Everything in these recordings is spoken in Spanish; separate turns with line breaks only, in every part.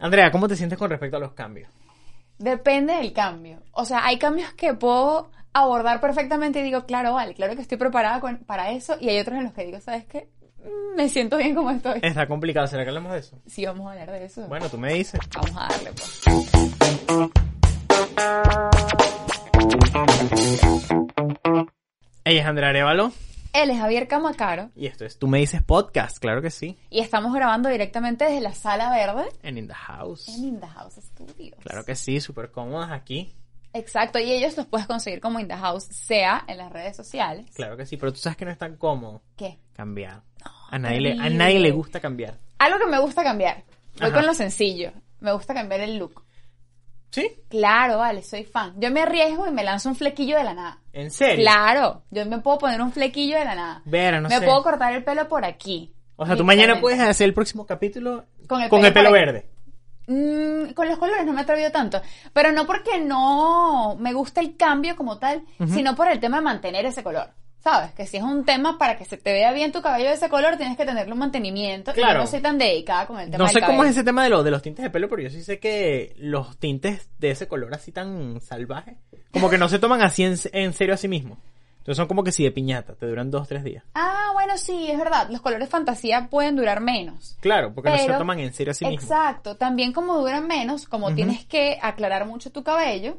Andrea, ¿cómo te sientes con respecto a los cambios?
Depende del cambio. O sea, hay cambios que puedo abordar perfectamente y digo, claro, vale, claro que estoy preparada con- para eso. Y hay otros en los que digo, ¿sabes qué? Mm, Me siento bien como estoy.
Está complicado, ¿será que hablamos de eso?
Sí, vamos a hablar de eso.
Eh. Bueno, tú me dices.
Vamos a darle, pues.
Ella es Andrea Arevalo
Él es Javier Camacaro
y esto es Tú me dices podcast, claro que sí,
y estamos grabando directamente desde la Sala Verde
en In the House.
en In the House Studios.
Claro que sí, súper cómodas aquí.
Exacto, y ellos los puedes conseguir como In the House, sea en las redes sociales.
Claro que sí, pero tú sabes que no es tan cómodo
¿Qué?
cambiar. A nadie le, a nadie le gusta cambiar.
Algo que me gusta cambiar. Voy
Ajá.
con lo sencillo. Me gusta cambiar el look.
¿Sí?
Claro, vale, soy fan. Yo me arriesgo y me lanzo un flequillo de la nada.
¿En serio?
Claro, yo me puedo poner un flequillo de la nada.
Vera, no
me
sé.
puedo cortar el pelo por aquí.
O sea, tú mañana
Literalmente.
puedes hacer el próximo capítulo
Con el
con
pelo
el pelo
por aquí.
verde.
Mm, con los colores no me he atrevido tanto. Pero no porque no me gusta el cambio como tal, sino por el tema de mantener ese color. ¿Sabes? Que si es un tema para que se te vea bien tu cabello de ese color, tienes que tenerle un mantenimiento. Y
Claro.
yo no soy tan dedicada con el tema
No
del
sé cómo
cabello.
es ese tema de, lo- de los tintes de pelo, pero yo sí sé que los tintes de ese color así tan salvaje, como que no se toman así en, en serio a sí mismos. Entonces son como que si de piñata, te duran dos, tres días.
Ah, bueno, sí, es verdad. Los colores fantasía pueden durar menos.
Claro, porque no se
Pero-
lo toman en serio a sí mismos.
Exacto. También como duran menos, como tienes que aclarar mucho tu cabello,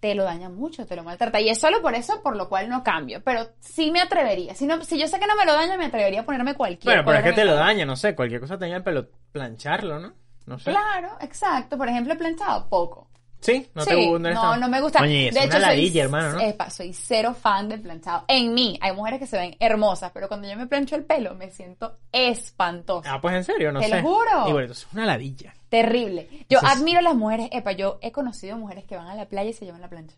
te lo daña mucho, te lo maltrata. Y es solo por eso por lo cual no cambio. Pero sí me atrevería. Si, no, si yo sé que no me lo daña, me atrevería a ponerme cualquier
Bueno, pero es
color
que
en
te
el
lo
cabello.
daña, no sé, cualquier cosa tenía el pelo, plancharlo, ¿no? No sé.
Claro, exacto. Por ejemplo, planchado, poco.
Sí, no te
Sí,
gusta. eres
no,
tan-
no me gusta.
Oye, es
de hecho,
una ladilla,
soy,
hermano, ¿no?
epa, soy cero fan del planchado. En mí, hay mujeres que se ven hermosas, pero cuando yo me plancho el pelo, me siento espantosa.
Ah, pues en serio, no
Te
sé.
lo juro.
Igual, entonces es una ladilla.
Terrible. Yo
Eso es-
admiro a las mujeres. Epa, yo he conocido mujeres que van a la playa y se llevan la plancha.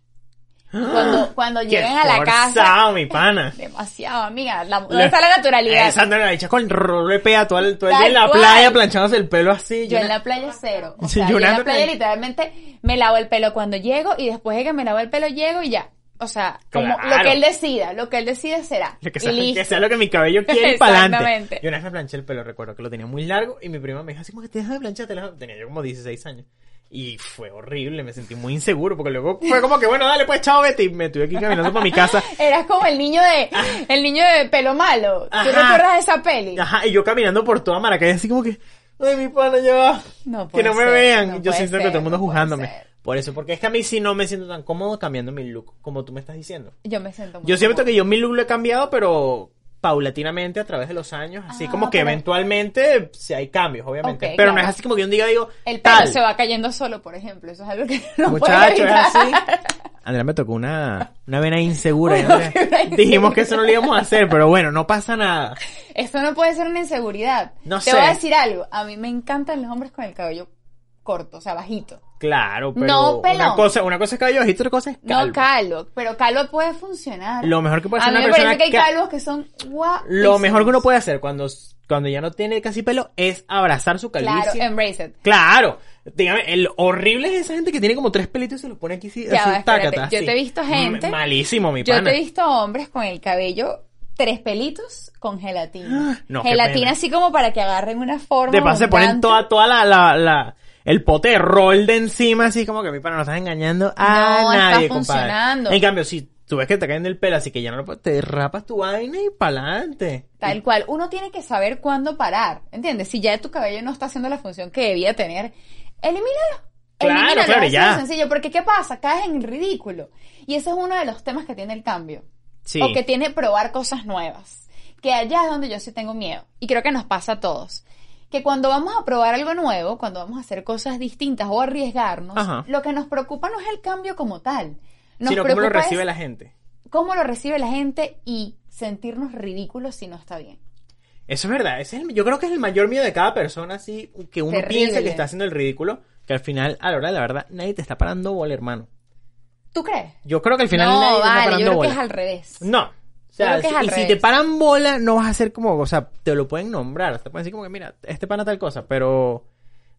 Cuando, cuando
¡Ah! ¡Qué
llegan a la casa.
forzado, mi pana.
Demasiado, amiga. La, ¿Dónde está la naturalidad?
Esa no la dicha con rollo de pea, todo el, todo el
Tal
día en la
cual.
playa planchándose el pelo así.
Yo en
una-
la playa cero. O
Sí,
sea,
yo
yo en
una-
la playa literalmente me lavo el pelo cuando llego y después de que me lavo el pelo llego y ya. O sea, como
Claro.
lo que él decida, lo que él decida será.
Lo que
y
sea,
listo.
que sea lo que mi cabello quiere y para adelante.
Exactamente.
Yo una vez me planché el pelo, recuerdo que lo tenía muy largo y mi prima me dijo así como que te dejas de plancharte. Tenía yo como 16 años. Y fue horrible, me sentí muy inseguro porque luego fue como que bueno, dale pues, chao, vete. Y me tuve que ir caminando para mi casa.
Eras como el niño de, el niño de pelo malo. ¿Tú
Ah. Ajá.
recuerdas esa peli?
Ajá, y yo caminando por toda Maracay así como que, ay, mi pana, ya va.
No
que
puede
no me
ser,
vean.
no
yo
puede
siento que
ser,
todo el mundo
no puede
juzgándome.
ser.
Por eso, porque es que a mí sí no me siento tan cómodo cambiando mi look como tú me estás diciendo.
Yo me siento muy
Yo siento
cómoda.
que yo mi look lo he cambiado, pero paulatinamente a través de los años, así
Ah,
como que
pero-
eventualmente si hay cambios, obviamente,
Ok,
pero no
claro.
es así como que un día digo,
El pelo
tal,
se va cayendo solo, por ejemplo. Eso es algo que no puedo
muchacho, es
evitar.
así. Andrea me tocó una, una vena insegura.
Una
Andrea.
vena insegura.
Dijimos que eso no lo íbamos a hacer, pero bueno, no pasa nada.
Esto no puede ser una inseguridad.
No
Te
sé.
voy a decir algo. A mí me encantan los hombres con el cabello corto, o sea, bajito.
Claro, pero
No,
una
pelón.
cosa, una cosa es cabello bajito, otra cosa es calvo.
No calvo, pero calvo puede funcionar.
Lo mejor que puede
a
hacer
mí
una
me
persona
parece que
ca-
hay calvos que son guapísimos.
Lo mejor que uno puede hacer cuando, cuando ya no tiene casi pelo es abrazar su calvicie.
Claro, embrace it.
Claro. Dígame, el horrible es esa gente que tiene como tres pelitos y se los pone aquí así,
Ya
así,
va, espérate.
tácata,
Yo
así.
te he visto gente-
M- Malísimo, mi
Yo
pana.
te he visto hombres con el cabello tres pelitos con gelatina.
No, qué pena.
gelatina así como para que agarren una forma.
De paso se ponen toda,
abundante.
toda la, la, la- el pote de rol de encima, así como que mi pana no estás engañando a
No, está
nadie, compadre.
funcionando.
En cambio, si tú ves que te caen del pelo, así que ya no lo puedes, te rapas tu vaina y pa'lante.
Tal cual, uno tiene que saber cuándo parar, ¿entiendes? Si ya tu cabello no está haciendo la función que debía tener, elimínalo.
Claro,
Elimínalo,
claro,
así
ya.
de sencillo, porque ¿qué pasa? Caes en ridículo. Y ese es uno de los temas que tiene el cambio.
Sí.
O que tiene probar cosas nuevas. Que allá es donde yo sí tengo miedo. Y creo que nos pasa a todos. Que cuando vamos a probar algo nuevo, cuando vamos a hacer cosas distintas o arriesgarnos,
Ajá.
lo que nos preocupa no es el cambio como tal. Nos
Sino cómo lo
preocupa es
recibe la gente.
cómo lo recibe la gente y sentirnos ridículos si no está bien.
Eso es verdad. Ese es el- yo creo que es el mayor miedo de cada persona, así que uno
Terrible.
piensa que está haciendo el ridículo, que al final, a la hora de la verdad, nadie te está parando bola, hermano.
¿Tú crees?
Yo creo que al final nadie
no,
te está
vale, yo
parando
creo
bola.
que es al revés.
No. O sea,
Creo que es
si-
al
y si
revés.
te paran bola, no vas a ser como, o sea, te lo pueden nombrar, te pueden decir como que, mira, este pana tal cosa, pero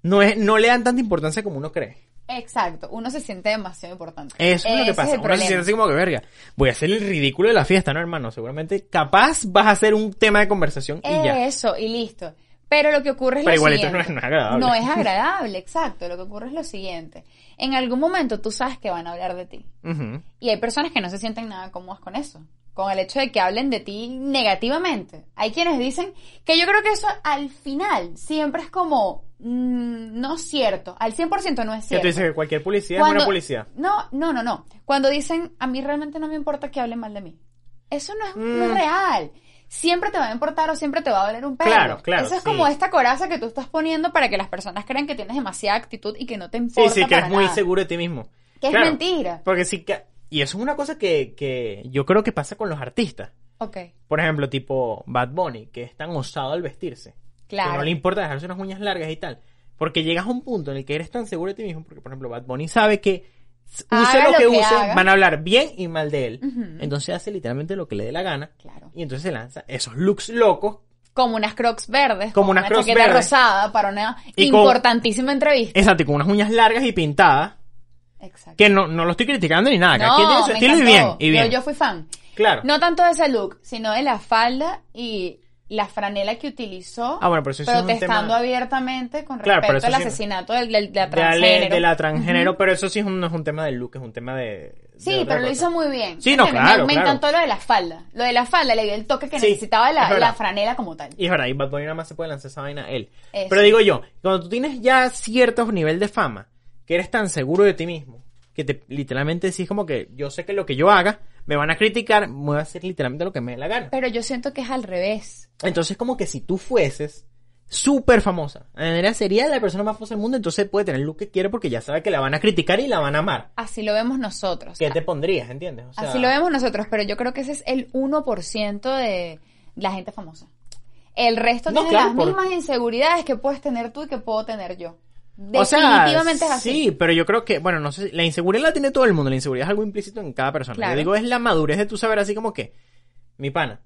no es, no le dan tanta importancia como uno cree.
Exacto, uno se siente demasiado importante.
Eso es lo
Ese
que pasa.
el
Uno se siente
problema.
así como que verga. Voy a hacer el ridículo de la fiesta, ¿no, hermano? Seguramente capaz vas a hacer un tema de conversación y ya.
Eso, y listo. Pero lo que ocurre es
Pero
lo
igualito
siguiente.
no es agradable.
No es agradable, exacto. Lo que ocurre es lo siguiente. En algún momento tú sabes que van a hablar de ti.
Ujú.
Y hay personas que no se sienten nada cómodas con eso. Con el hecho de que hablen de ti negativamente. Hay quienes dicen que yo creo que eso al final siempre es como mm, no cierto. Al 100% no es
Que tú
cierto.
dices que cualquier publicidad es buena publicidad.
No, no, no, no. Cuando dicen, a mí realmente no me importa que hablen mal de mí. Eso no es, no es
Mm.
real. Siempre te va a importar o siempre te va a doler un pelo.
Claro, claro,
Eso es
sí.
como esta coraza que tú estás poniendo para que las personas crean que tienes demasiada actitud y que no te importa.
Sí, sí, que
para
eres muy
nada.
seguro de ti mismo.
Que es
Claro,
mentira.
Porque sí que... Y eso es una cosa que, que yo creo que pasa con los artistas.
Ok,
Por ejemplo, tipo Bad Bunny, que es tan osado al vestirse. Que
claro.
no le importa dejarse unas uñas largas y tal. Porque llegas a un punto en el que eres tan seguro de ti mismo, porque por ejemplo Bad Bunny sabe que use
Haga
lo,
lo
que,
que
use,
haga.
van a hablar bien y mal de él.
Ujú.
Entonces hace literalmente lo que le dé la gana.
Claro.
Y entonces se lanza esos looks locos.
Como unas crocs verdes.
Como unas
una
Crocs
chaqueta
verdes.
rosada para una
Y con-
importantísima entrevista.
Exacto, y con unas uñas largas y pintadas.
Exacto.
Que no, no lo estoy criticando ni nada. Cada quien Eh, tiene
No,
su
me
estilo y bien.
encantó.
Y bien.
Yo, yo fui fan.
Claro.
No tanto de ese look, sino de la falda y la franela que utilizó.
Ah, bueno, pero eso sí es un
Protestando
tema-
abiertamente con
Claro,
respecto
pero eso
al
sí-
asesinato del, del- de la
De la-
transgénero.
de la transgénero, pero eso sí es un- no es un tema de look, es un tema de. de
Sí,
otra
pero lo
cosa.
hizo muy bien.
Sí, no,
Me- me-
claro,
Me,
claro.
encantó lo de la falda. Lo de la falda le dio el toque que
Sí,
necesitaba
es
la,
verdad.
la franela como tal.
Y es verdad, y Bad Bunny nada más se puede lanzar esa vaina él.
Eso.
Pero digo yo, cuando tú tienes ya ciertos nivel de fama, que eres tan seguro de ti mismo, que te literalmente decís como que yo sé que lo que yo haga, me van a criticar, voy a hacer literalmente lo que me dé la gana.
Pero yo siento que es al revés.
Entonces como que si tú fueses súper famosa, Andrea sería la persona más famosa del mundo, entonces puede tener el look que quiere porque ya sabe que la van a criticar y la van a amar.
Así lo vemos nosotros.
¿Qué te pondrías, entiendes? O sea,
Así lo vemos nosotros, pero yo creo que ese es el 1% de la gente famosa. El resto
No,
tiene
claro,
las
por-
mismas inseguridades que puedes tener tú y que puedo tener yo.
O sea,
Definitivamente es así.
Sí, pero yo creo que, bueno, no sé, si- la inseguridad la tiene todo el mundo, la inseguridad es algo implícito en cada persona.
Claro.
Yo digo, es la madurez de tu saber así como que, mi pana,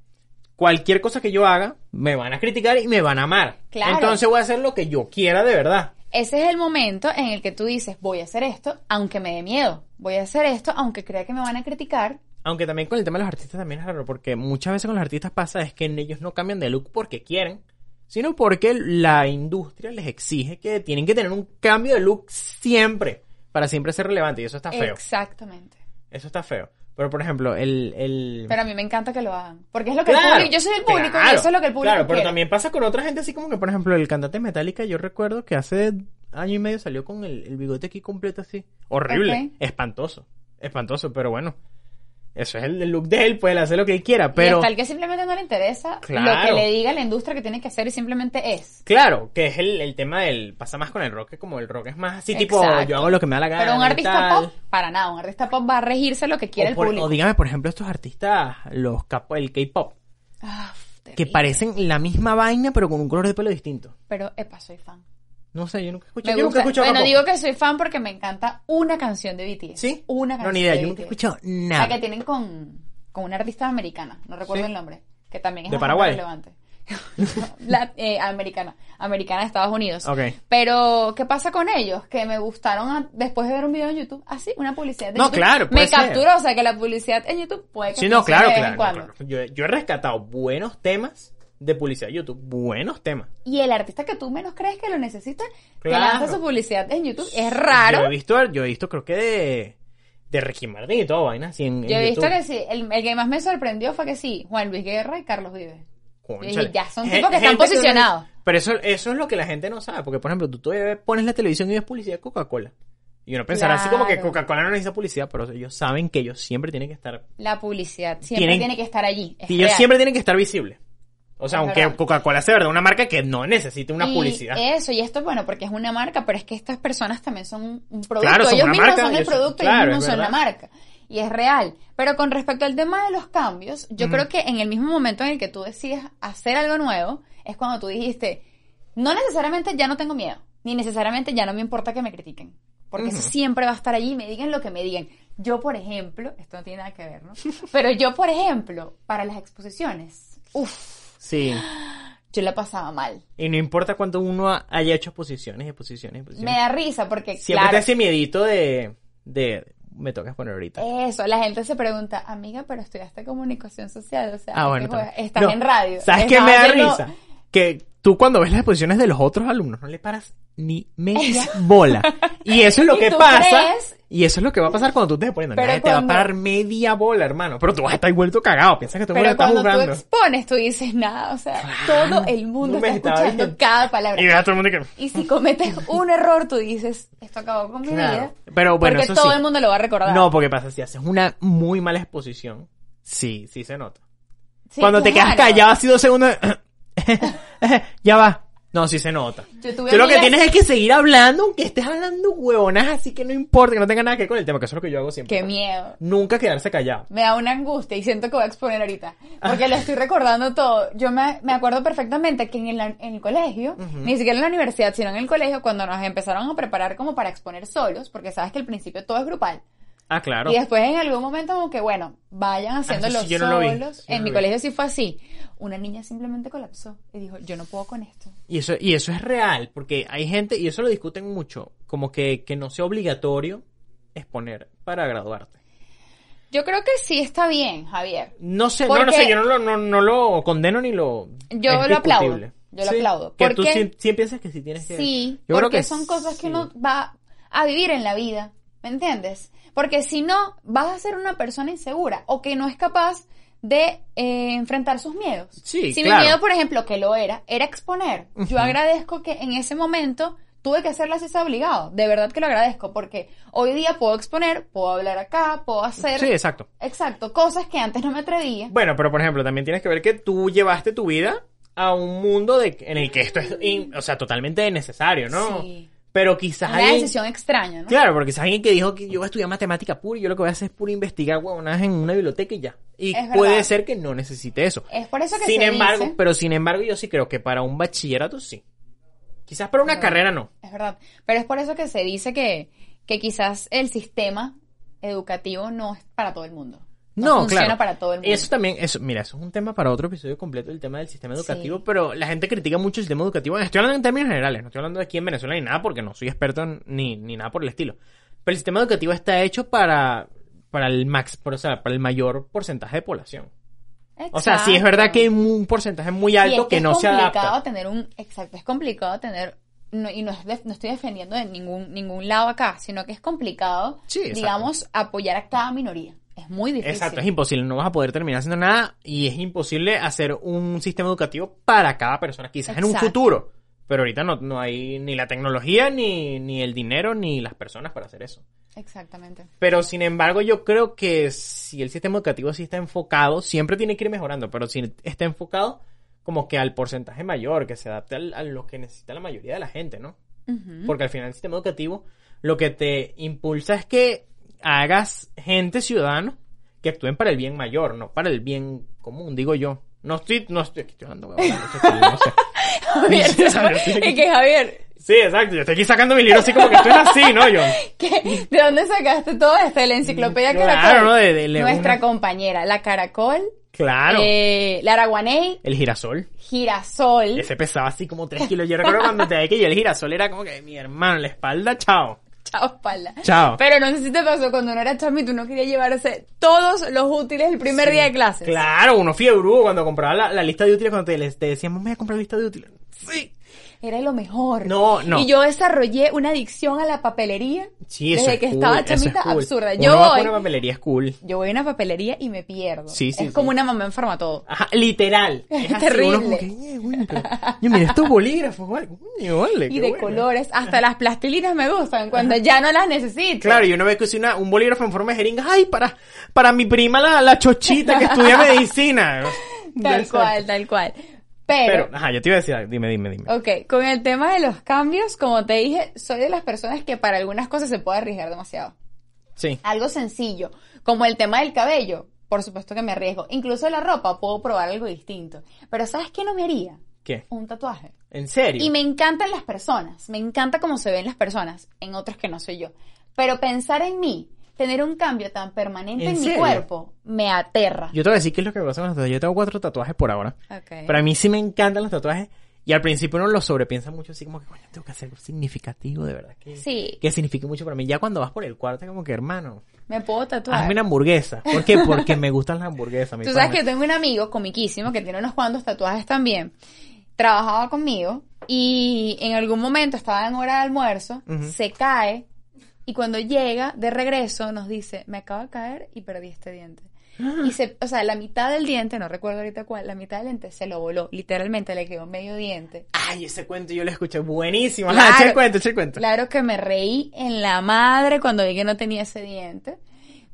cualquier cosa que yo haga, me van a criticar y me van a amar.
Claro.
Entonces voy a hacer lo que yo quiera de verdad.
Ese es el momento en el que tú dices, voy a hacer esto aunque me dé miedo. Voy a hacer esto aunque crea que me van a criticar.
Aunque también con el tema de los artistas también es raro, porque muchas veces con los artistas pasa es que ellos no cambian de look porque quieren, sino porque la industria les exige que tienen que tener un cambio de look siempre, para siempre ser relevante, y eso está feo.
Exactamente.
Eso está feo. Pero, por ejemplo, el... el...
Pero a mí me encanta que lo hagan. Porque es lo que el público... Yo soy el público
claro,
y eso es lo que el público
Claro, pero
quiere.
también pasa con otra gente así como que, por ejemplo, el cantante Metallica, yo recuerdo que hace año y medio salió con el, el bigote aquí completo así. Horrible,
Ok.
espantoso, espantoso, pero bueno. Eso es el, el look de él, puede hacer lo que él quiera,
Y
pero...
está el que simplemente no le interesa lo que
Claro.
le diga la industria que tiene que hacer y simplemente es.
Claro, que es el, el tema del... Pasa más con el rock, que como el rock es más así, tipo,
Exacto.
yo hago lo que me da la gana.
Pero un
y
artista
tal.
pop, para nada. Un artista pop va a regirse lo que quiere
o,
el
por-
público.
o dígame, por ejemplo, estos artistas, los capos, el K-pop,
Ah,
que
terrible.
parecen la misma vaina, pero con un color de pelo distinto.
Pero, epa, soy fan.
No sé, yo nunca escuché.
Me
yo nunca
gusta.
he escuchado
Bueno,
K-pop.
digo que soy fan porque me encanta una canción de BTS.
¿Sí?
Una
No,
canción
ni idea.
de
Yo nunca he
BTS.
escuchado
La que
nada.
tienen con, con una artista americana, no recuerdo
Sí.
el nombre, que también es
¿De
bastante
Paraguay?
relevante. La, eh, americana, americana de Estados Unidos.
Ok.
Pero, ¿qué pasa con ellos? Que me gustaron a- después de ver un video en YouTube, así, una publicidad de
No,
YouTube.
claro, puede
Me
ser.
capturó, o sea, que la publicidad en YouTube puede que
Sí, no,
funcione
claro,
de vez
claro.
en cuando.
claro. Yo, yo he rescatado buenos temas de publicidad de YouTube. Buenos temas.
Y el artista que tú menos crees que lo necesita,
Claro.
que lanza su publicidad en YouTube, es raro.
Yo he visto, yo he visto creo que de, de Ricky Martin y todo, vainas así en, en
Yo he visto
YouTube.
que sí, el, el que más me sorprendió fue que sí, Juan Luis Guerra y Carlos Vives.
Cónchale.
ya son
Gen-
tipos que están
gente uno-
posicionados.
pero eso, eso es lo que la gente no sabe. Porque, por ejemplo, tú todavía pones la televisión y ves publicidad de Coca-Cola. Y uno pensará así como que
Claro.
Coca-Cola no necesita publicidad, pero ellos saben que ellos siempre tienen que estar
La publicidad siempre
Tienen-
tiene que estar allí. es
Y ellos
real.
siempre tienen que estar visibles. O sea,
Es
aunque
verdad.
Coca-Cola sea verdad, una marca que no necesite una
Y
publicidad.
Eso, y esto es bueno porque es una marca, pero es que estas personas también son un producto.
Claro, son
ellos
una
mismos
marca,
son el
ellos son-
producto y
claro,
ellos mismos
es
son la
verdad.
marca. y es real. Pero con respecto al tema de los cambios,
Mm.
yo creo que en el mismo momento en el que tú decides hacer algo nuevo, es cuando tú dijiste, no necesariamente ya no tengo miedo, ni necesariamente ya no me importa que me critiquen, porque eso siempre va a estar allí, me digan lo que me digan. Yo, por ejemplo, esto no tiene nada que ver, ¿no? Pero yo, por ejemplo, para las exposiciones, uff,
Sí.
yo la pasaba mal.
Y no importa cuánto uno ha- haya hecho posiciones y posiciones y
Me
posiciones.
da risa porque,
Siempre te
claro,
hace miedito de, de... Me tocas poner ahorita.
Eso, la gente se pregunta, amiga, pero estudiaste comunicación social, o sea,
Ah, bueno.
¿qué
también.
juegas? estás
No,
en radio.
¿Sabes
estás
qué me da
haciendo-
risa? Que tú cuando ves las exposiciones de los otros alumnos no le paras ni media bola. Y eso es lo
¿Y
que
tú
pasa.
crees?
Y eso es lo que va a pasar cuando tú te estés poniendo.
Pero
Nadie te va a
cuando-
parar media bola, hermano. Pero tú vas a estar vuelto cagado. Piensas que tú
Pero
estás
cuando tú
jugando. Ah,
expones, tú dices nada, o sea, todo el mundo
no me
está
estaba
escuchando
viendo.
cada palabra.
Y ves a todo el mundo que...
Y si cometes un error, tú dices, esto acabó con mi
Claro.
vida.
Pero bueno,
porque
eso
todo
sí.
el mundo lo va a recordar.
No, porque pasa, si haces una muy mala exposición, sí, sí se nota.
Sí,
Cuando te quedas
claro.
callado así dos segundos, ya va. No, sí se nota.
Yo tuve
Tú lo que
amigas-
tienes es que seguir hablando, aunque estés hablando huevonas, así que no importa, que no tenga nada que ver con el tema, que eso es lo que yo hago siempre.
Qué miedo.
Nunca quedarse callado.
Me da una angustia y siento que voy a exponer ahorita.
Ah.
Porque lo estoy recordando todo. Yo me, me acuerdo perfectamente que en el, en el colegio, ni siquiera en la universidad, sino en el colegio, cuando nos empezaron a preparar como para exponer solos, porque sabes que al principio todo es grupal.
Ah, claro.
Y después en algún momento como que, bueno, vayan haciéndolo
Ah, eso sí, yo no
solos.
lo vi. Sí, yo
en
no
mi
lo vi.
colegio sí fue así. Una niña simplemente colapsó y dijo, yo no puedo con esto.
Y eso, y eso es real, porque hay gente, y eso lo discuten mucho, como que, que no sea obligatorio exponer para graduarte.
Yo creo que sí está bien, Javier.
No sé,
Porque-
no, no sé, yo no lo, no, no lo condeno ni lo.
Yo
es
lo aplaudo,
discutible.
yo lo
Sí,
aplaudo,
Que
porque-
tú sí, sí piensas que sí tienes que.
Sí,
yo creo
porque
que
son cosas que
sí.
uno va a vivir en la vida, ¿me entiendes? Porque si no, vas a ser una persona insegura o que no es capaz de eh, enfrentar sus miedos.
Sí,
si
claro.
mi miedo, por ejemplo, que lo era, era exponer, yo agradezco que en ese momento tuve que hacerlo así sea obligado, de verdad que lo agradezco, porque hoy día puedo exponer, puedo hablar acá, puedo hacer...
Sí, exacto.
Exacto, cosas que antes no me atrevía.
Bueno, pero por ejemplo, también tienes que ver que tú llevaste tu vida a un mundo de, en el que esto es, in- o sea, totalmente necesario, ¿no?
Sí.
Pero quizás
Una
alguien,
decisión extraña, ¿no?
claro, porque quizás alguien que dijo que yo voy a estudiar matemática pura y yo lo que voy a hacer es pura investigar huevonadas en una biblioteca y ya. Y
Es
puede
verdad.
ser que no necesite eso.
Es por eso que
sin
se
embargo,
dice-
pero sin embargo, yo sí creo que para un bachillerato sí. Quizás para una carrera no.
Es verdad. Pero es por eso que se dice que, que quizás el sistema educativo no es para todo el mundo. No,
No,
funciona
claro.
para todo el mundo.
Eso también, eso, mira, eso es un tema para otro episodio completo, el tema del sistema educativo,
Sí.
pero la gente critica mucho el sistema educativo. Estoy hablando en términos generales, no estoy hablando de aquí en Venezuela ni nada, porque no soy experto en- ni, ni nada por el estilo. Pero el sistema educativo está hecho para, para el max, por- o sea, para el mayor porcentaje de población. O sea, sí es verdad que hay un porcentaje muy
Y
alto
es
que, no
es
se
complicado
adapta.
tener un... Exacto, es complicado tener... No, y no, es def- no estoy defendiendo de ningún, ningún lado acá, sino que es complicado,
Sí, exacto.
digamos, apoyar a cada minoría. Es muy difícil.
Exacto, es imposible, no vas a poder terminar haciendo nada y es imposible hacer un sistema educativo para cada persona, quizás en un
Exacto.
futuro. Pero ahorita no, no hay ni la tecnología, ni, ni el dinero, ni las personas para hacer eso.
Exactamente.
Pero sin embargo, yo creo que si el sistema educativo sí está enfocado, siempre tiene que ir mejorando, pero si está enfocado como que al porcentaje mayor, que se adapte al- a lo que necesita la mayoría de la gente, ¿no?
Ujú.
Porque al final el sistema educativo lo que te impulsa es que hagas gente ciudadano que actúen para el bien mayor, no para el bien común, digo yo. No estoy, no estoy, aquí estoy hablando, huevón, no sé.
Javier,
Sí, Javier, sí.
y que Javier,
Sí, exacto, yo estoy aquí sacando mi libro así como que esto es así, ¿no, John?
¿Qué? ¿De dónde sacaste todo esto? De la enciclopedia
Claro,
Caracol.
¿no? De- de- de
Nuestra
una-
compañera, la Caracol,
Claro,
eh, la Araguaney,
el girasol.
Girasol.
Ese pesaba así como 3 kilos. Yo recuerdo cuando te dije que yo el girasol era como que mi hermano, la espalda, chao.
Chao, espalda.
Chao.
Pero no sé si te pasó cuando no era chamo y tú no querías llevarse todos los útiles el primer día de clases.
Claro, uno fiebrudo cuando compraba la, la lista de útiles, cuando te, les- te decíamos, me voy a comprar lista de útiles. Sí.
Era lo mejor.
No, no.
Y yo desarrollé una adicción a la papelería.
Sí, eso
Desde
es
que
cool,
estaba
eso es
chamita,
cool.
absurda.
Uno
Yo
va
voy,
por una papelería es cool.
yo voy a una papelería y me pierdo.
Sí, sí,
es
sí.
como una mamá enferma todo.
Ajá, literal. Es así,
Terrible.
uno como que, "Ye, güey, pero- ye, mira estos bolígrafos, vale, coño, vale,
Y
qué
de
bueno".
colores, hasta las plastilinas me gustan cuando ya no las necesito.
Claro, y una vez que usé una- un bolígrafo en forma de jeringa, ay, para, para mi prima la, la chochita que estudia medicina.
Tal
Exacto.
cual, tal cual. Pero,
Pero, ajá, yo te iba a decir, algo. dime, dime, dime.
ok, con el tema de los cambios, como te dije, soy de las personas que para algunas cosas se puede arriesgar demasiado.
Sí.
Algo sencillo, como el tema del cabello, por supuesto que me arriesgo. Incluso la ropa, puedo probar algo distinto. Pero ¿sabes qué no me haría?
¿Qué?
Un tatuaje.
¿En serio?
Y me encantan las personas, me encanta cómo se ven las personas, en otros que no soy yo. Pero pensar en mí, tener un cambio tan permanente
¿En
en, mi
serio?
cuerpo, me aterra.
Yo te voy a decir qué es lo que pasa con los tatuajes. Yo tengo cuatro tatuajes por ahora.
Ok.
Pero a mí sí me encantan los tatuajes. Y al principio uno los sobrepiensa mucho, así como que, coño, tengo que hacer algo significativo, de verdad. Que,
Sí.
Que signifique mucho para mí. Ya cuando vas por el cuarto, como que, hermano,
Me puedo tatuar.
hazme una hamburguesa. ¿Por qué? Porque me gustan las hamburguesas. mi
Tú sabes
pana.
que yo tengo un amigo comiquísimo que tiene unos cuantos tatuajes también. Trabajaba conmigo y en algún momento estaba en hora de almuerzo, se cae y cuando llega de regreso nos dice, me acabo de caer y perdí este diente. Y se, o sea, la mitad del diente, no recuerdo ahorita cuál, la mitad del diente se lo voló, literalmente le quedó medio diente.
Ay, ese cuento yo lo escuché buenísimo.
Claro.
Ajá, echa el cuento, echa el cuento.
Claro que me reí en la madre cuando vi que no tenía ese diente.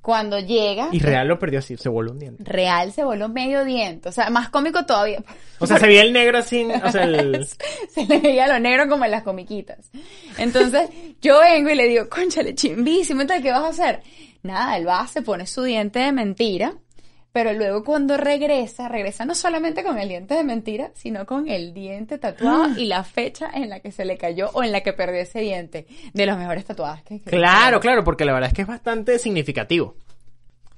Cuando llega,
Y real lo perdió así, se voló un diente.
real se voló medio diente, o sea, más cómico todavía.
O sea, se veía el negro así, o sea, el...
se le veía lo negro como en las comiquitas. Entonces, yo vengo y le digo, conchale, chimbísimo, y tal, ¿qué vas a hacer? Nada, él va, se pone su diente de mentira, pero luego cuando regresa, regresa no solamente con el diente de mentira, sino con el diente
Ah.
tatuado y la fecha en la que se le cayó o en la que perdió ese diente. De los mejores tatuajes que... que-
Claro, claro, porque la verdad es que es bastante significativo.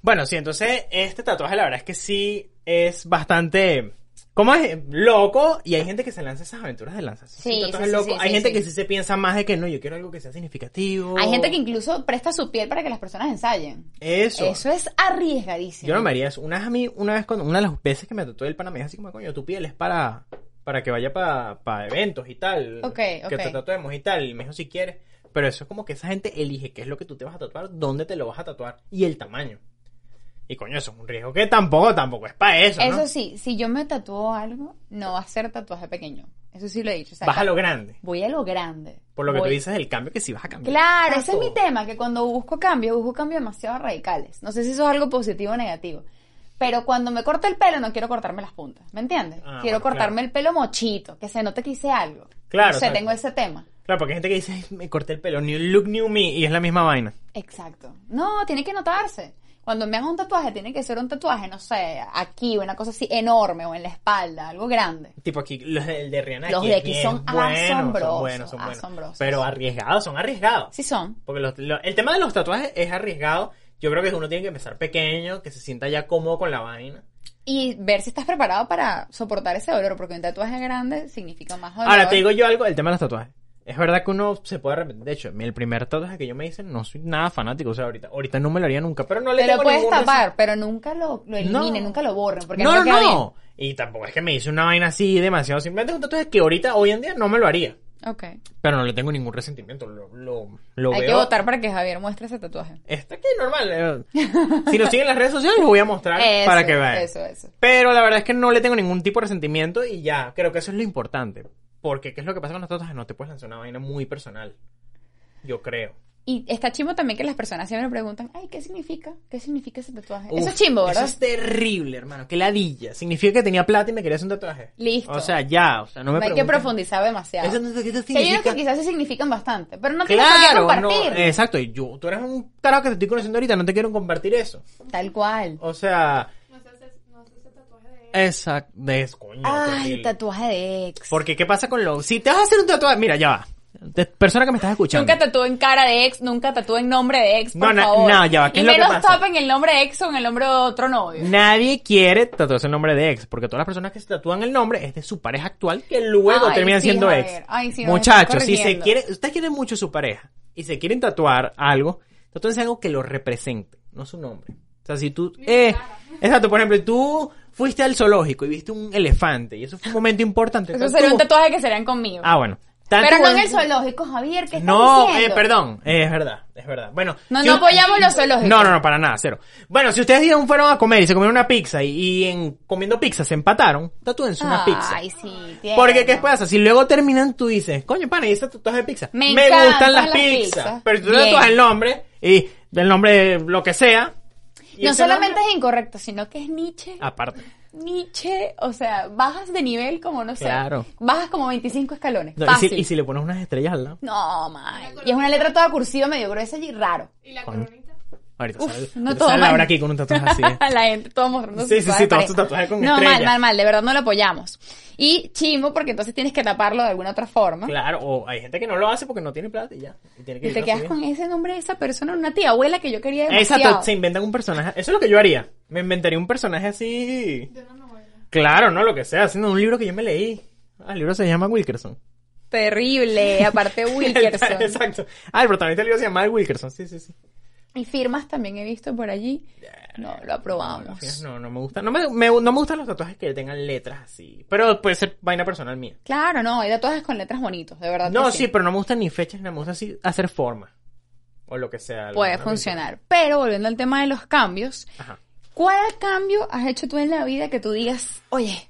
Bueno, sí, entonces este tatuaje la verdad es que sí es bastante... ¿Cómo es? Loco. Y hay gente que se lanza esas aventuras de lanzas.
Sí,
tatuajes
sí, sí,
locos.
sí,
hay
sí,
gente
sí.
que sí se piensa más de que no, yo quiero algo que sea significativo.
Hay gente que incluso presta su piel para que las personas ensayen.
Eso.
Eso es arriesgadísimo.
Yo no me haría eso. Una vez a mí, una vez cuando, una de las veces que me tatué el pana me dijo así como, coño, tu piel es para, para que vaya para eventos y tal.
Ok,
Que
ok.
te tatuemos y tal. Y me dijo si quieres. Pero eso es como que esa gente elige qué es lo que tú te vas a tatuar, dónde te lo vas a tatuar y el tamaño. Y coño, eso es un riesgo que tampoco, tampoco es para eso, ¿no?
Eso sí, si yo me tatúo algo, no va a ser tatuaje pequeño. Eso sí lo he dicho. O sea,
Vas a
ca-
lo grande.
Voy a lo grande.
Por lo que
Voy-
tú dices del cambio que sí vas a cambiar.
Claro, ese es mi
Tato.
tema, que cuando busco cambio, busco cambios demasiado radicales. No sé si eso es algo positivo o negativo. Pero cuando me corto el pelo, no quiero cortarme las puntas, ¿me entiendes?
Ah,
quiero
bueno,
cortarme
claro.
el pelo mochito, que se note que hice algo.
Claro,
O sea,
exacto.
tengo ese tema.
Claro, porque hay gente que dice, "Ay, me corté el pelo, new look, new me, y es la misma vaina.
Exacto. No, tiene que notarse. Cuando me hago un tatuaje, tiene que ser un tatuaje, no sé, aquí, una cosa así enorme, o en la espalda, algo grande.
Tipo aquí, los de, el de Rihanna.
Los
aquí
de
es
aquí
bien
son asombrosos, asombrosos.
Pero arriesgados, son arriesgados.
Sí son.
Porque los- lo- el tema de los tatuajes es arriesgado. Yo creo que uno tiene que empezar pequeño, que se sienta ya cómodo con la vaina.
Y ver si estás preparado para soportar ese dolor, porque un tatuaje grande significa más dolor.
Ahora te digo yo algo, el tema de los tatuajes. Es verdad que uno se puede arrepentir. De hecho, el primer tatuaje que yo me hice no soy nada fanático. O sea, ahorita, ahorita no me lo haría nunca. Pero no le
Te lo
tengo
puedes
ningún rec-
tapar, pero nunca lo, lo eliminen,
No.
nunca lo borren, porque
No,
no,
no,
te queda
no. Y tampoco es que me hice una vaina así demasiado. Simplemente es un tatuaje que ahorita, hoy en día, no me lo haría.
bien. Ok.
Pero no le tengo ningún resentimiento. Lo, lo, lo
Hay
veo.
que votar para que Javier muestre ese tatuaje.
Está aquí normal. eh. Si nos siguen en las redes sociales, los voy a mostrar
Eso,
para que vean.
Eso, eso.
Pero la verdad es que no le tengo ningún tipo de resentimiento y ya, creo que eso es lo importante. Porque, ¿qué es lo que pasa con los tatuajes? No te puedes lanzar una vaina muy personal. Yo creo.
Y está chimbo también que las personas siempre preguntan, ay, ¿qué significa? ¿Qué significa ese tatuaje?
Uf,
eso es chimbo, ¿verdad?
Eso es terrible, hermano. Qué ladilla. Significa que tenía plata y me querías un tatuaje.
Listo.
O sea, ya, o sea, no me
no hay que
preguntes.
profundizar demasiado.
Eso no sé qué eso
Que hay unos
significa.
que quizás sí significan bastante, pero no tienes
Claro,
por qué
no, eh.
compartir.
exacto. Y yo, tú eres un carajo que te estoy conociendo ahorita, no te quiero compartir eso.
Tal cual.
O sea,
No sé, no sé ese tatuaje de
exacto. Es, coño,
Ay,
terrible.
tatuaje de ex.
Porque, ¿qué pasa con los...? Si te vas a hacer un tatuaje... Mira, ya va. Te- persona que me estás escuchando.
Nunca tatúen cara de ex, nunca tatúen nombre de ex,
No,
por
na-
favor.
no, ya va, ¿qué
y
es lo que
menos
pasa?
tapen el nombre de ex o en el nombre de otro novio.
Nadie quiere tatuarse el nombre de ex, porque todas las personas que se tatúan el nombre es de su pareja actual que luego
Ay,
terminan
sí,
siendo
Javier.
ex.
Ay, sí, me
Muchachos,
estás
si se
corrigiendo.
quieren, ustedes quieren mucho a su pareja y se quieren tatuar algo, tatúense algo que lo represente, no su nombre. O sea, si tú, eh, exacto, por ejemplo, tú fuiste al zoológico y viste un elefante y eso fue un momento importante.
Eso
entonces
sería un
tú-
tatuaje que serían conmigo.
Ah, bueno. Tanto
Pero no en
bueno-
el zoológico, Javier, ¿qué estás
No, eh,
diciendo?
perdón, eh, es verdad, es verdad. Bueno,
No,
si
no
un-
apoyamos los zoológicos.
no, no, no, para nada, cero. Bueno, si ustedes dieron, fueron a comer y se comieron una pizza y, y en, comiendo pizza se empataron, tatúense una pizza.
Ay, sí, tierno.
Porque, ¿qué pasa? Si luego terminan, tú dices, coño, pana, ¿y ese tatuaje de pizza?
Me encantan
gustan las,
las
pizzas.
pizzas.
Pero tú
Bien.
tatúas el nombre y del nombre de lo que sea. y
No
ese
solamente
nombre- Ah.
es incorrecto, sino que es Nietzsche.
Aparte.
Nietzsche, o sea, bajas de nivel como, no sé.
Claro.
Bajas como 25 escalones.
No, y,
Fácil.
si, y si le pones unas estrellas al lado.
No, man. Y es una letra toda cursiva, medio gruesa y raro.
y la coronita.
Ahorita
Uf,
sale,
no
ahorita
todo
sale
mal.
Laura aquí con un tatuaje así.
la gente, todos mostrando
Sí, sí,
tatuajes
sí, todos
pareja.
sus tatuajes con
No, mal,
estrella.
mal, mal, de verdad no lo apoyamos. Y chimo, porque entonces tienes que taparlo de alguna otra forma.
Claro, o hay gente que no lo hace porque no tiene plata y ya. Y tiene que
¿Ah? Y te
vivir
quedas
así.
con ese nombre de esa persona, una tía abuela que yo quería demasiado.
Exacto, se inventan un personaje. Eso es lo que yo haría. Me inventaría un personaje así.
de una novela.
Claro, no lo que sea, sino un libro que yo me leí. Ah, el libro se llama Wilkerson.
Terrible, aparte Wilkerson.
Exacto. Ah, el protagonista del libro se llama Wilkerson. Sí, sí, sí.
y firmas también he visto por allí. No, lo aprobamos.
No, no me gusta. No me, me- no me gustan los tatuajes que tengan letras así. Pero puede ser vaina personal mía.
Claro, no, hay tatuajes con letras bonitos, de verdad.
No,
que
sí. pero no me gustan ni fechas, no me gusta así hacer forma. O lo que sea.
Puede
alguna
funcionar. Pero volviendo al tema de los cambios,
pintura. Ajá.
¿cuál cambio has hecho tú en la vida que tú digas, oye,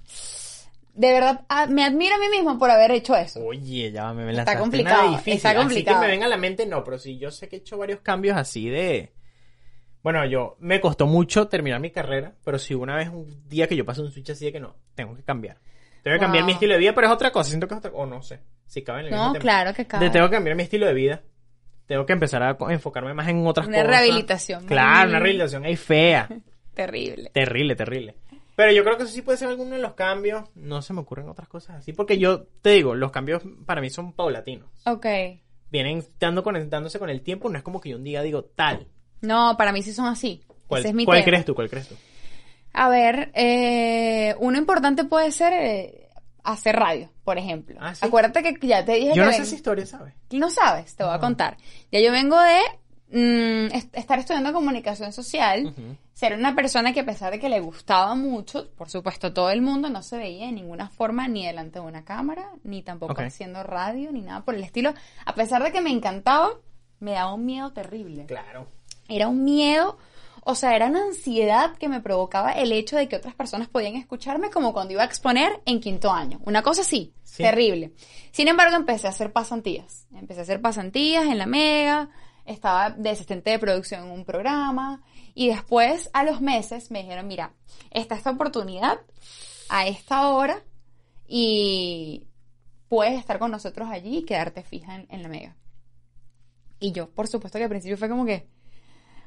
de verdad, ah, me admiro a mí mismo por haber hecho eso?
Oye, ya me lanzaste una
complicado,
difícil.
está complicado.
Así que me venga a la mente, no, pero sí, yo sé que he hecho varios cambios así de... Bueno, yo, me costó mucho terminar mi carrera, pero sí una vez, un día que yo pasé un switch así de que no, tengo que cambiar. Tengo que
Wow.
cambiar mi estilo de vida, pero es otra cosa, siento que es otra o no sé, si cabe en el mismo
No,
tema.
claro que
De
cabe.
tengo que cambiar mi estilo de vida. Tengo que empezar a co- enfocarme más en otras
Una
cosas.
rehabilitación.
Claro, una rehabilitación ahí fea.
Terrible.
Terrible, terrible. Pero yo creo que eso sí puede ser alguno de los cambios. No se me ocurren otras cosas así. Porque yo te digo, los cambios para mí son paulatinos.
Ok.
Vienen dando, conectándose con el tiempo. No es como que yo un día digo tal.
No, para mí sí son así.
¿Cuál,
Ese es mi
cuál
tema.
crees tú? ¿Cuál crees tú?
A ver, eh, uno importante puede ser eh, hacer radio, por ejemplo.
Ah, ¿sí?
Acuérdate que ya te dije
Yo
que
no
ven-
sé si historia, ¿sabes?
No sabes, te voy a contar. Ya yo vengo de mm, est- estar estudiando comunicación social, ser una persona que a pesar de que le gustaba mucho, por supuesto todo el mundo, no se veía de ninguna forma ni delante de una cámara, ni tampoco
Ok.
haciendo radio, ni nada por el estilo. A pesar de que me encantaba, me daba un miedo terrible.
Claro.
Era un miedo, o sea, era una ansiedad que me provocaba el hecho de que otras personas podían escucharme como cuando iba a exponer en quinto año. Una cosa así,
Sí.
terrible. Sin embargo, empecé a hacer pasantías. Empecé a hacer pasantías en la Mega, estaba de asistente de producción en un programa y después a los meses me dijeron, mira, está esta oportunidad a esta hora y puedes estar con nosotros allí y quedarte fija en, en la Mega. Y yo, por supuesto que al principio fue como que,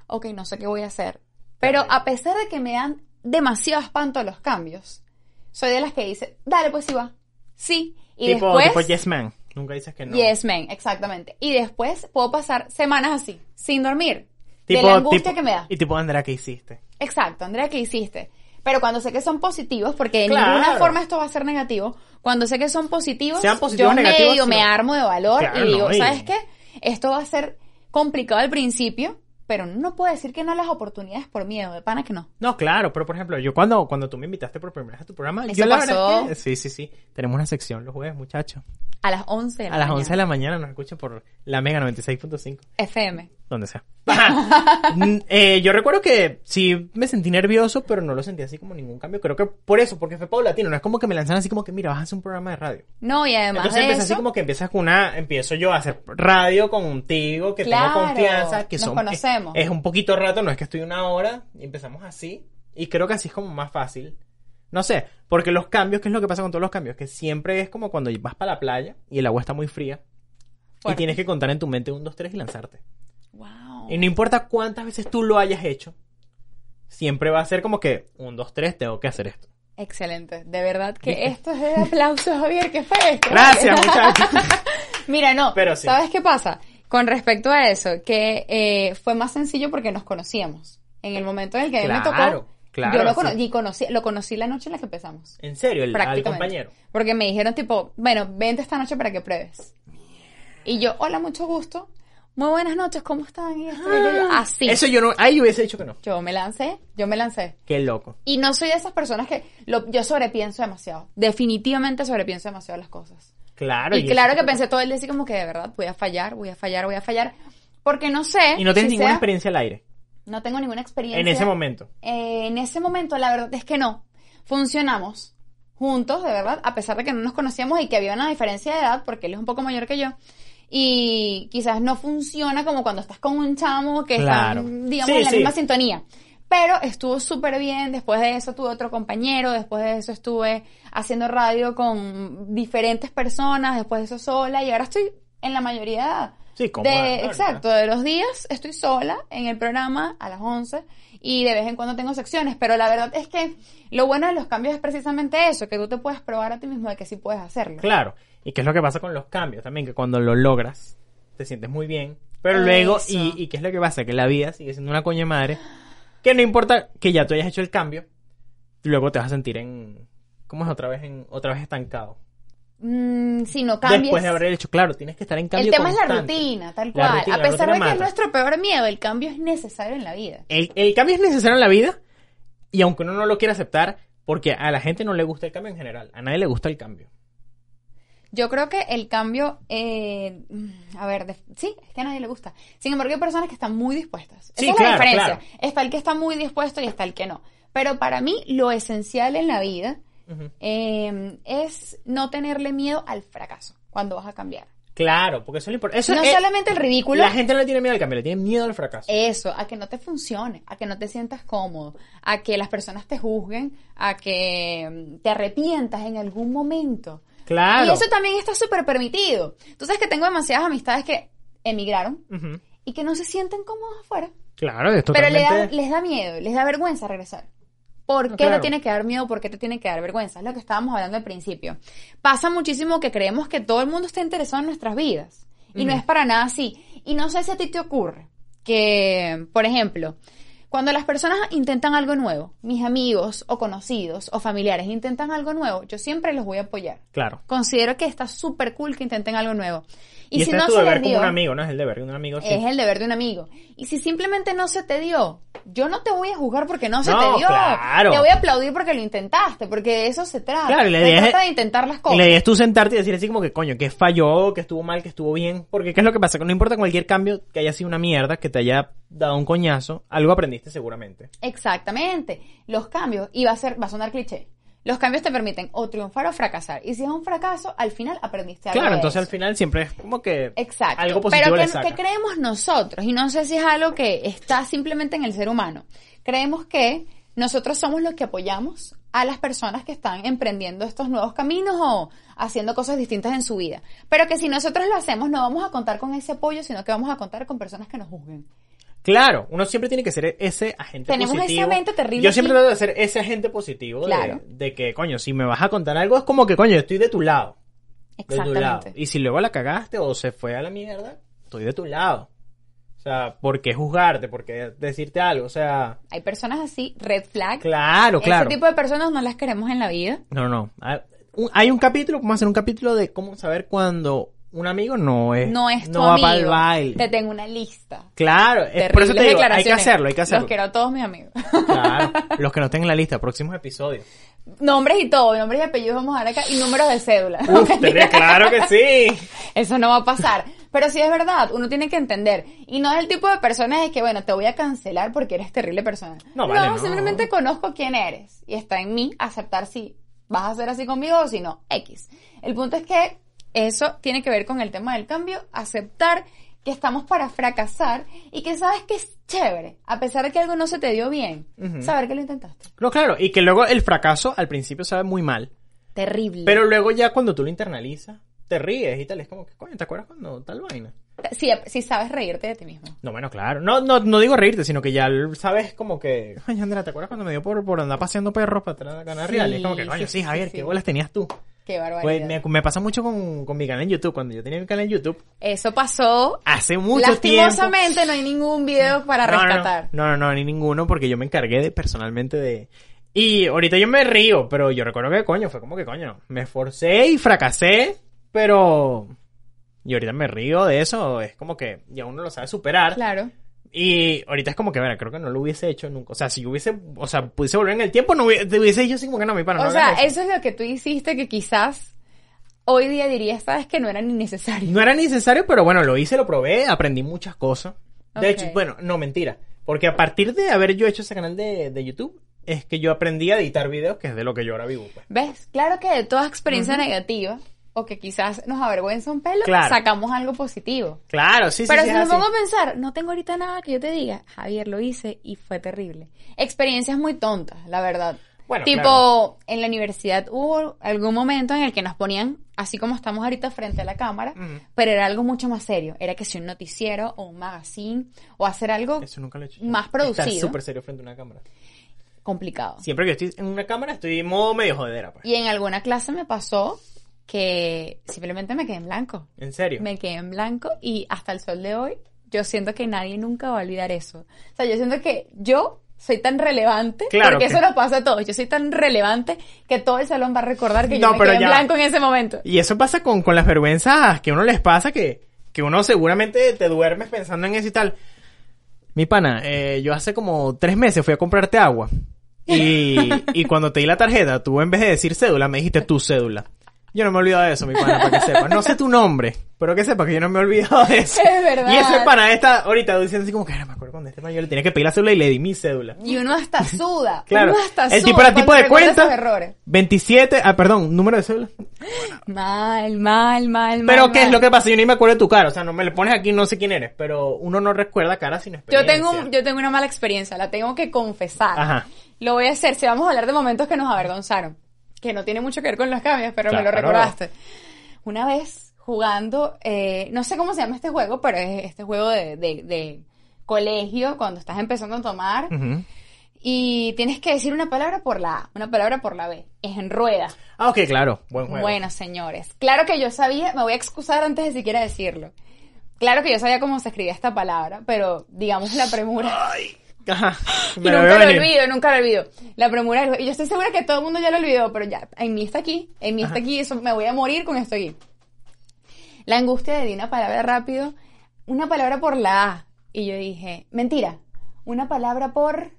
ok, no sé qué voy a hacer. Pero a pesar de que me dan demasiado espanto los cambios, soy de las que dice, dale, pues sí va. Sí. Y
tipo,
después...
tipo Yes Man. Nunca dices que no.
Yes, man, exactamente. Y después puedo pasar semanas así, sin dormir.
Tipo,
de la angustia
tipo-
que me da.
Y tipo, Andrea, ¿qué hiciste?
Exacto, Andrea, ¿qué hiciste? Pero cuando sé que son positivos, porque de
Claro.
ninguna forma esto va a ser negativo, cuando sé que son positivos,
Sean positivos o
yo
negativos,
medio me
sino-
armo de valor
Claro,
y digo,
no, y-
¿sabes qué? Esto va a ser complicado al principio, pero no puedo decir que no a las oportunidades por miedo, de pana que no.
No, claro, pero por ejemplo, yo cuando, cuando tú me invitaste por primera vez a tu programa,
Eso
yo la verdad
pasó.
es que- sí, sí, sí, tenemos una sección los jueves, muchachos.
A las 11 de la
A las
mañana.
11 de la mañana nos escuchan por la Mega 96.5,
FM.
donde sea. Mm, eh, yo recuerdo que sí me sentí nervioso, pero no lo sentí así como ningún cambio. Creo que por eso, porque fue paulatino, no es como que me lanzaron así como que, mira, vas a hacer un programa de radio.
No, y además
Entonces
de
empecé
eso,
así como que empiezas con una, empiezo yo a hacer radio contigo, que
Claro,
tengo confianza, que
nos
son- eh,
conocemos.
Es, es un poquito rato, no es que estoy una hora, y empezamos así, y creo que así es como más fácil. No sé, porque los cambios, ¿qué es lo que pasa con todos los cambios? Que siempre es como cuando vas para la playa y el agua está muy fría. Y
Fuerte.
tienes que contar en tu mente un, dos, tres y lanzarte.
wow.
Y no importa cuántas veces tú lo hayas hecho, siempre va a ser como que un, dos, tres, tengo que hacer esto.
Excelente, de verdad que esto es de aplausos, Javier, que fue esto.
Gracias, muchachos.
Mira, no,
Pero sí.
¿sabes qué pasa? Con respecto a eso, que eh, fue más sencillo porque nos conocíamos. En el momento en el que a mí me
Claro,
tocó,
claro,
yo lo,
sí.
cono- y conocí, lo conocí la noche en la que empezamos.
En serio, el, al
prácticamente.
compañero.
Porque me dijeron tipo, bueno, vente esta noche para que pruebes. Y yo, hola, mucho gusto. Muy buenas noches, ¿cómo están? Y esto, y yo, yo, así.
Ah, Eso yo no, ahí yo hubiese dicho que no.
Yo me lancé, yo me lancé.
Qué loco.
Y no soy de esas personas que lo- yo sobrepienso demasiado. Definitivamente sobrepienso demasiado las cosas.
Claro.
y claro que pensé todo el día así como que de verdad voy a fallar, voy a fallar, voy a fallar. Porque no sé.
Y no tienes
si
ninguna
sea-
experiencia al aire.
No tengo ninguna experiencia.
En ese momento.
Eh, en ese momento, la verdad es que no. Funcionamos juntos, de verdad, a pesar de que no nos conocíamos y que había una diferencia de edad, porque él es un poco mayor que yo. Y quizás no funciona como cuando estás con un chamo que
Claro.
están, digamos,
Sí,
en la
sí.
misma sintonía. Pero estuvo súper bien. Después de eso tuve otro compañero. Después de eso estuve haciendo radio con diferentes personas. Después de eso sola. Y ahora estoy en la mayoría
Sí, como
de,
ahora.
exacto, de los días estoy sola en el programa a las 11 y de vez en cuando tengo secciones, pero la verdad es que lo bueno de los cambios es precisamente eso, que tú te puedes probar a ti mismo de que sí puedes hacerlo.
Claro. ¿Y qué es lo que pasa con los cambios también? Que cuando lo logras, te sientes muy bien. Pero luego,
Eso.
y, ¿y qué es lo que pasa? Que la vida sigue siendo una coña de madre. Que no importa que ya tú hayas hecho el cambio, luego te vas a sentir en. ¿Cómo es otra vez? En, otra vez estancado.
Mm, si no cambias.
Después de haber hecho, claro, tienes que estar en cambio.
el tema es la
constante.
rutina, tal
La
cual.
rutina,
a
la rutina
pesar de que es
mata.
nuestro peor miedo, el cambio es necesario en la vida.
El, el cambio es necesario en la vida y aunque uno no lo quiera aceptar, porque a la gente no le gusta el cambio en general, a nadie le gusta el cambio.
Yo creo que el cambio, eh, mm, a ver, de- sí, es que a nadie le gusta. Sin embargo, hay personas que están muy dispuestas. Esa
Sí,
es
claro,
la diferencia.
claro.
Está el que está muy dispuesto y está el que no. Pero para mí, lo esencial en la vida
Ujú.
eh, es no tenerle miedo al fracaso cuando vas a cambiar.
Claro, porque eso es lo importante. Eso
no
es-
solamente Eh, el ridículo,
La gente no le tiene miedo al cambio, le tiene miedo al fracaso.
eso, a que no te funcione, a que no te sientas cómodo, a que las personas te juzguen, a que mm, te arrepientas en algún momento.
claro.
Y eso también está súper permitido. Tú sabes que tengo demasiadas amistades que emigraron
Ujú.
y que no se sienten cómodos afuera.
Claro, es
Pero le
totalmente...
da- les da miedo, les da vergüenza regresar. ¿Por
No,
qué
claro.
te tiene que dar miedo? ¿Por qué te tiene que dar vergüenza? Es lo que estábamos hablando al principio. Pasa muchísimo que creemos que todo el mundo está interesado en nuestras vidas. Y no es para nada así. Y no sé si a ti te ocurre que, por ejemplo, cuando las personas intentan algo nuevo, mis amigos o conocidos o familiares intentan algo nuevo, yo siempre los voy a apoyar.
Claro.
Considero que está súper cool que intenten algo nuevo.
Y,
Y, si
este
no
es tu
se
deber
les
como
dio,
un amigo, no es el deber de un amigo. sí.
es el deber de un amigo. Y si simplemente no se te dio, yo no te voy a juzgar porque no se
No,
te dio.
claro.
Te voy a aplaudir porque lo intentaste, porque de eso se trata.
Claro, y la
Se
idea es-
trata de intentar las cosas.
La idea es tú sentarte y decir así como que, coño, que falló, que estuvo mal, que estuvo bien. Porque ¿qué es lo que pasa? Que no importa cualquier cambio que haya sido una mierda, que te haya dado un coñazo, algo aprendiste seguramente.
Exactamente. Los cambios, y va a ser, va a sonar cliché. Los cambios te permiten o triunfar o fracasar. Y si es un fracaso, al final aprendiste algo.
Claro,
de
entonces al
eso.
final siempre es como que
Exacto.
algo positivo
Pero
le
¿qué,
saca.
qué creemos nosotros? Y no sé si es algo que está simplemente en el ser humano. Creemos que nosotros somos los que apoyamos a las personas que están emprendiendo estos nuevos caminos o haciendo cosas distintas en su vida. Pero que si nosotros lo hacemos no vamos a contar con ese apoyo, sino que vamos a contar con personas que nos juzguen.
Claro, uno siempre tiene que ser ese agente
Tenemos esa
positivo.
mente terrible
Yo siempre
aquí.
trato de ser ese agente positivo de-
Claro.
de, que, coño, si me vas a contar algo es como que, coño, estoy de tu lado. De tu lado.
Exactamente.
Y si luego la cagaste o se fue a la mierda, estoy de tu lado. O sea, ¿por qué juzgarte? ¿Por qué decirte algo? O sea,
Hay personas así, red flag.
claro, claro.
Ese tipo de personas no las queremos en la vida.
No, no. Ah, un- Hay un capítulo, vamos a hacer un capítulo de cómo saber cuando un amigo no es.
No es tu
Eh, no va
amigo.
para el baile.
Te tengo una lista.
Claro, es, por eso te
Terribles
digo, hay que
declaraciones.
hacerlo, hay que hacerlo.
Los quiero a todos mis amigos.
Claro, los que no estén en la lista, próximos episodios.
Nombres y todo, nombres y apellidos vamos a dar acá y números de cédula.
Uf, tenés- claro que sí.
Eso no va a pasar. Pero sí es verdad, uno tiene que entender. Y no es el tipo de persona de que, bueno, te voy a cancelar porque eres terrible persona.
No, vale, no.
simplemente conozco quién eres. Y está en mí aceptar si vas a ser así conmigo o si no, X. El punto es que eso tiene que ver con el tema del cambio, aceptar que estamos para fracasar y que sabes que es chévere, a pesar de que algo no se te dio bien, saber que lo intentaste.
No, claro, y que luego el fracaso al principio sabe muy mal,
Terrible.
pero luego ya cuando tú lo internalizas, te ríes y tal, es como que, coño, ¿te acuerdas cuando tal vaina?
si, si sabes reírte de ti mismo.
No, bueno, claro. No, no, no digo reírte, sino que ya l- sabes como que. Ay, Andrea, ¿te acuerdas cuando me dio por, por andar paseando perros para atrás a Canarias?
Sí,
es como que, coño,
sí,
sí,
sí,
Javier,
sí.
¿qué bolas tenías tú?
Qué barbaridad.
Pues me, me pasa mucho con, con mi canal en YouTube. Cuando yo tenía mi canal en YouTube,
Eso pasó.
hace mucho tiempo.
Lastimosamente no hay ningún video para
No, no, no.
rescatar.
No, no, no, ni ninguno, porque yo me encargué de personalmente de. Y ahorita yo me río, pero yo recuerdo que coño, fue como que coño. Me esforcé y fracasé, pero. Y ahorita me río de eso, es como que ya uno lo sabe superar.
Claro.
Y ahorita es como que, bueno, creo que no lo hubiese hecho nunca. O sea, si yo hubiese, o sea, pudiese volver en el tiempo, no hubiese, te hubiese dicho así como que no, mi pana, no
o sea,
hagas eso.
eso es lo que tú hiciste que quizás hoy día dirías, sabes que no era ni necesario.
No era necesario, pero bueno, lo hice, lo probé, aprendí muchas cosas. De
Ok.
hecho, bueno, no, mentira. Porque a partir de haber yo hecho ese canal de, de YouTube, es que yo aprendí a editar videos, que es de lo que yo ahora vivo, pues.
¿Ves? Claro que de toda experiencia negativa o que quizás nos avergüenza un pelo,
Claro.
sacamos algo positivo.
Claro, sí, sí,
Pero
sí,
si
es
me
así.
pongo a pensar, no tengo ahorita nada que yo te diga, Javier lo hice y fue terrible. Experiencias muy tontas, la verdad.
Bueno,
tipo,
claro.
en la universidad hubo algún momento en el que nos ponían, así como estamos ahorita frente a la cámara,
Ujú.
pero era algo mucho más serio. Era que si un noticiero o un magazine o hacer algo
Eso nunca lo he hecho.
más
Estar
producido.
súper serio frente a una cámara.
complicado.
Siempre que estoy en una cámara estoy en modo medio jodera, pues.
Y en alguna clase me pasó que simplemente me quedé en blanco.
En serio.
Me quedé en blanco y hasta el sol de hoy yo siento que nadie nunca va a olvidar eso. O sea, yo siento que yo soy tan relevante,
Claro
porque
que-
eso nos pasa a todos, yo soy tan relevante que todo el salón va a recordar que
No,
yo me
pero
quedé en
ya.
blanco en ese momento.
Y eso pasa con, con las vergüenzas que uno les pasa, que, que uno seguramente te duermes pensando en eso y tal. Mi pana, eh, yo hace como tres meses fui a comprarte agua. Y, y cuando te di la tarjeta, tú en vez de decir cédula, me dijiste tu cédula. Yo no me he olvidado de eso, mi pana, para que sepas. No sé tu nombre, pero que sepas que yo no me he olvidado de eso.
Es verdad.
Y ese pana está ahorita diciendo así como que, "Ah, me acuerdo cuando este pana yo le tenía que pedir la cédula y le di mi cédula.
Y uno hasta suda.
Claro.
Uno hasta
El
suda
tipo era
cuando
tipo de
recuerda
cuenta.
esos errores.
27, ah, perdón, número de cédula.
Mal, mal, mal, mal.
Pero ¿qué es
mal.
lo que pasa? Yo ni me acuerdo de tu cara. O sea, no me le pones aquí, no sé quién eres. Pero uno no recuerda cara sino
Yo
experiencia.
tengo, un- yo tengo una mala experiencia, la tengo que confesar.
Ajá.
Lo voy a hacer, si vamos a hablar de momentos que nos avergonzaron, que no tiene mucho que ver con los cambios, pero me lo
Claro.
recordaste. Una vez jugando, eh, no sé cómo se llama este juego, pero es este juego de, de- de colegio, cuando estás empezando a tomar,
Ujú.
y tienes que decir una palabra por la A, una palabra por la B, es en rueda.
Ah, ok, claro. Buen juego.
Bueno, señores, claro que yo sabía, me voy a excusar antes de siquiera decirlo. Claro que yo sabía cómo se escribía esta palabra, pero digamos la premura.
Ajá.
Y
Me lo
nunca
veo
lo
venir.
olvido, nunca lo olvido. La premura del jue- y Yo estoy segura que todo el mundo ya lo olvidó, pero ya, en mí está aquí. En mí está aquí, eso, me voy a morir con esto aquí. La angustia de di una palabra rápido, una palabra por la A. Y yo dije, mentira, una palabra por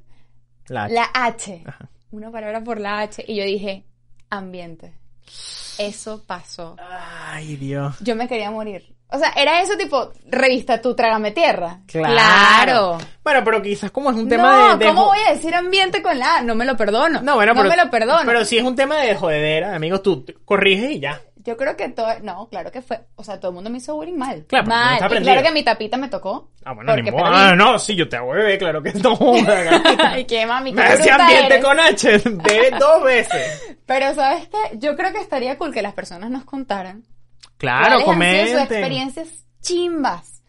La-
la H.
Ajá.
Una palabra por la H. Y yo dije, ambiente. Eso pasó.
Ay, Dios.
Yo me quería morir. O sea, era eso tipo, revista tu trágame tierra.
Bueno, pero quizás como es un tema
no,
de... de
¿cómo
jo-
voy a decir ambiente con la A? No me lo perdono.
No, bueno, pero...
me lo perdono.
Pero si es un tema de jodedera, amigos, tú te corriges y ya.
Yo creo que todo, no, claro que fue, o sea, todo el mundo me hizo bullying mal.
Claro, porque no está
mal. Y
aprendido.
claro que mi tapita me tocó.
Ah, bueno, ni
porque
modo.
perdí.
Ah, no, sí, yo te hago bebé, claro que no.
Ay, qué mami, qué
Me decía
bruta
ambiente
eres.
con H. Bebe dos veces.
Pero ¿sabes qué? Yo creo que estaría cool que las personas nos contaran
Claro,
cuáles han sido sus
comenten.
experiencias chimbas.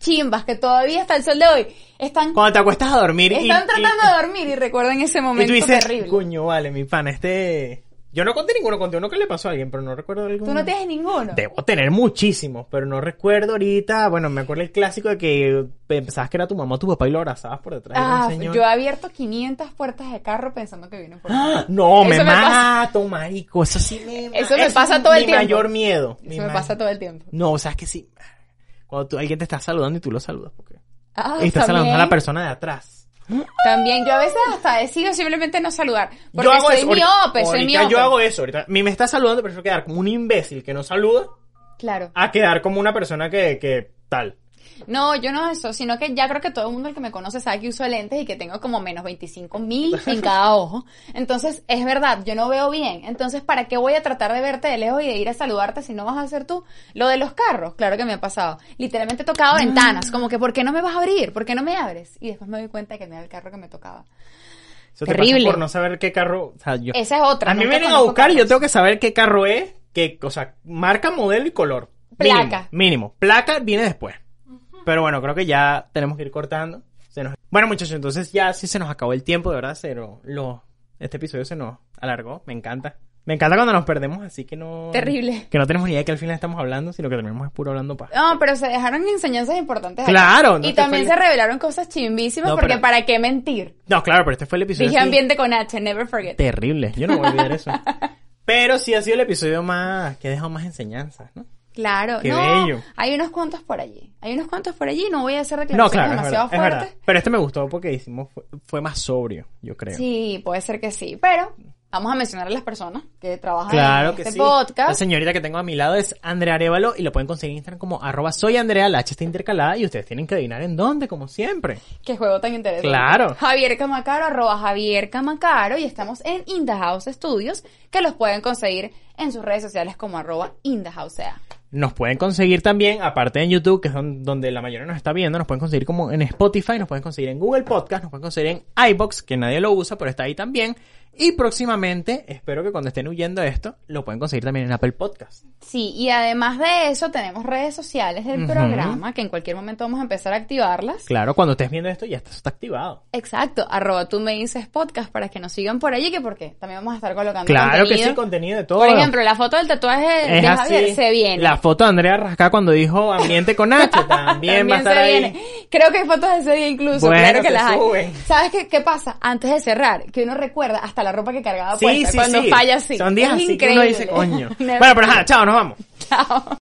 Chimbas que todavía hasta el sol de hoy están
Cuando te acuestas a dormir y-
están
y-
tratando de dormir y recuerdan ese
Y
momento
tú dices,
terrible.
coño, vale, mi pana, este... Yo no conté ninguno, conté uno que le pasó a alguien, pero no recuerdo algún...
Tú no tienes ninguno.
Debo tener muchísimos, pero no recuerdo ahorita... Bueno, me acuerdo el clásico de que pensabas que era tu mamá o tu papá y lo abrazabas por detrás. era un
Ah,
señor.
yo he abierto 500 puertas de carro pensando que vienen por mí.
¡Ah! No, me,
Eso me pasa.
mato, marico. Eso sí me...
Eso me
es
pasa todo el tiempo.
Mi mayor miedo. mi
Eso me
ma-
pasa todo el tiempo.
No, o sea, es que sí. Cuando tú- alguien te está saludando y tú lo saludas. Porque...
Ah,
y estás saludando
también,
a la persona de atrás.
También yo a veces hasta decido simplemente no saludar. Porque soy miope,
ahorita-
soy
ahorita
miope.
yo hago eso. Ahorita mi me está saludando, prefiero quedar como un imbécil que no saluda
Claro.
a quedar como una persona que, que tal.
No, yo no eso, sino que ya creo que todo el mundo el que me conoce sabe que uso lentes y que tengo como menos 25 mil en cada ojo. Entonces, es verdad, yo no veo bien. Entonces, ¿para qué voy a tratar de verte de lejos y de ir a saludarte si no vas a ser tú? Lo de los carros, claro que me ha pasado. Literalmente he tocado
Mm.
ventanas, como que ¿por qué no me vas a abrir? ¿Por qué no me abres? Y después me doy cuenta que no era el carro que me tocaba.
Eso te pasa
Terrible.
por no saber qué carro. O sea, yo-
Esa es otra.
a mí me
nunca
vienen a
conozco
buscar y yo
carros.
tengo que saber qué carro es, qué, o sea, marca, modelo y color. Mínimo,
Placa.
Mínimo. Placa viene después. Pero bueno, creo que ya tenemos que ir cortando. Se nos- Bueno, muchachos, entonces ya sí se nos acabó el tiempo, de verdad. Se lo, lo- Este episodio se nos alargó. Me encanta. Me encanta cuando nos perdemos, así que no.
Terrible.
Que no tenemos ni idea de que al final estamos hablando, sino que terminamos es puro hablando paja.
No, pero se dejaron enseñanzas importantes. acá.
Claro, no
y
te
también
fue-
se revelaron cosas chimbísimas
No,
porque
pero-
¿para qué mentir?
No, claro, pero este fue el episodio.
Dije
así.
ambiente con H, never forget.
Terrible. Yo no voy a olvidar eso. Pero sí ha sido el episodio más que ha dejado más enseñanzas, ¿no?
Claro,
Qué
no,
bello.
hay unos cuantos por allí. Hay unos cuantos por allí, no voy a hacer
No,
declaraciones
claro, es verdad,
demasiado
es verdad.
fuertes.
Pero este me gustó porque hicimos fue, fue más sobrio, yo creo.
Sí, puede ser que sí, pero vamos a mencionar a las personas que trabajan
Claro
en
que
este
sí. La
podcast.
señorita que tengo a mi lado es Andrea Arevalo y lo pueden conseguir en Instagram como arroba soy Andrea, la H está intercalada y ustedes tienen que adivinar en dónde, como siempre.
Qué juego tan interesante.
Claro.
Javier Camacaro, arroba Javier Camacaro, y estamos en Indahouse Studios, que los pueden conseguir en sus redes sociales como arroba Indahousea.
Nos pueden conseguir también, aparte en YouTube, que es don- donde la mayoría nos está viendo, nos pueden conseguir como en Spotify, nos pueden conseguir en Google Podcast, nos pueden conseguir en iBox, que nadie lo usa, pero está ahí también. Y próximamente, espero que cuando estén huyendo de esto, lo pueden conseguir también en Apple Podcast.
Sí, y además de eso tenemos redes sociales del
Ujú.
programa que en cualquier momento vamos a empezar a activarlas.
Claro, cuando estés viendo esto ya está, está activado.
Exacto, arroba tú me dices podcast para que nos sigan por allí, que porque también vamos a estar colocando
Claro que
contenido.
sí, contenido de todo.
Por ejemplo, la foto del tatuaje
es
de
así.
Javier se viene.
La foto de Andrea Rascá cuando dijo ambiente con H también, va a estar
se
ahí.
viene. Creo que hay fotos de ese día incluso.
Bueno,
claro que
se
las hay.
suben.
¿Sabes qué, qué pasa? Antes de cerrar, que uno recuerda hasta la ropa que cargaba
Sí,
puesta
sí,
cuando
sí.
falla así.
Son días
es
así que
increíble.
uno dice, coño.
Me-
bueno, pero ajá, chao, nos vamos.
Chao.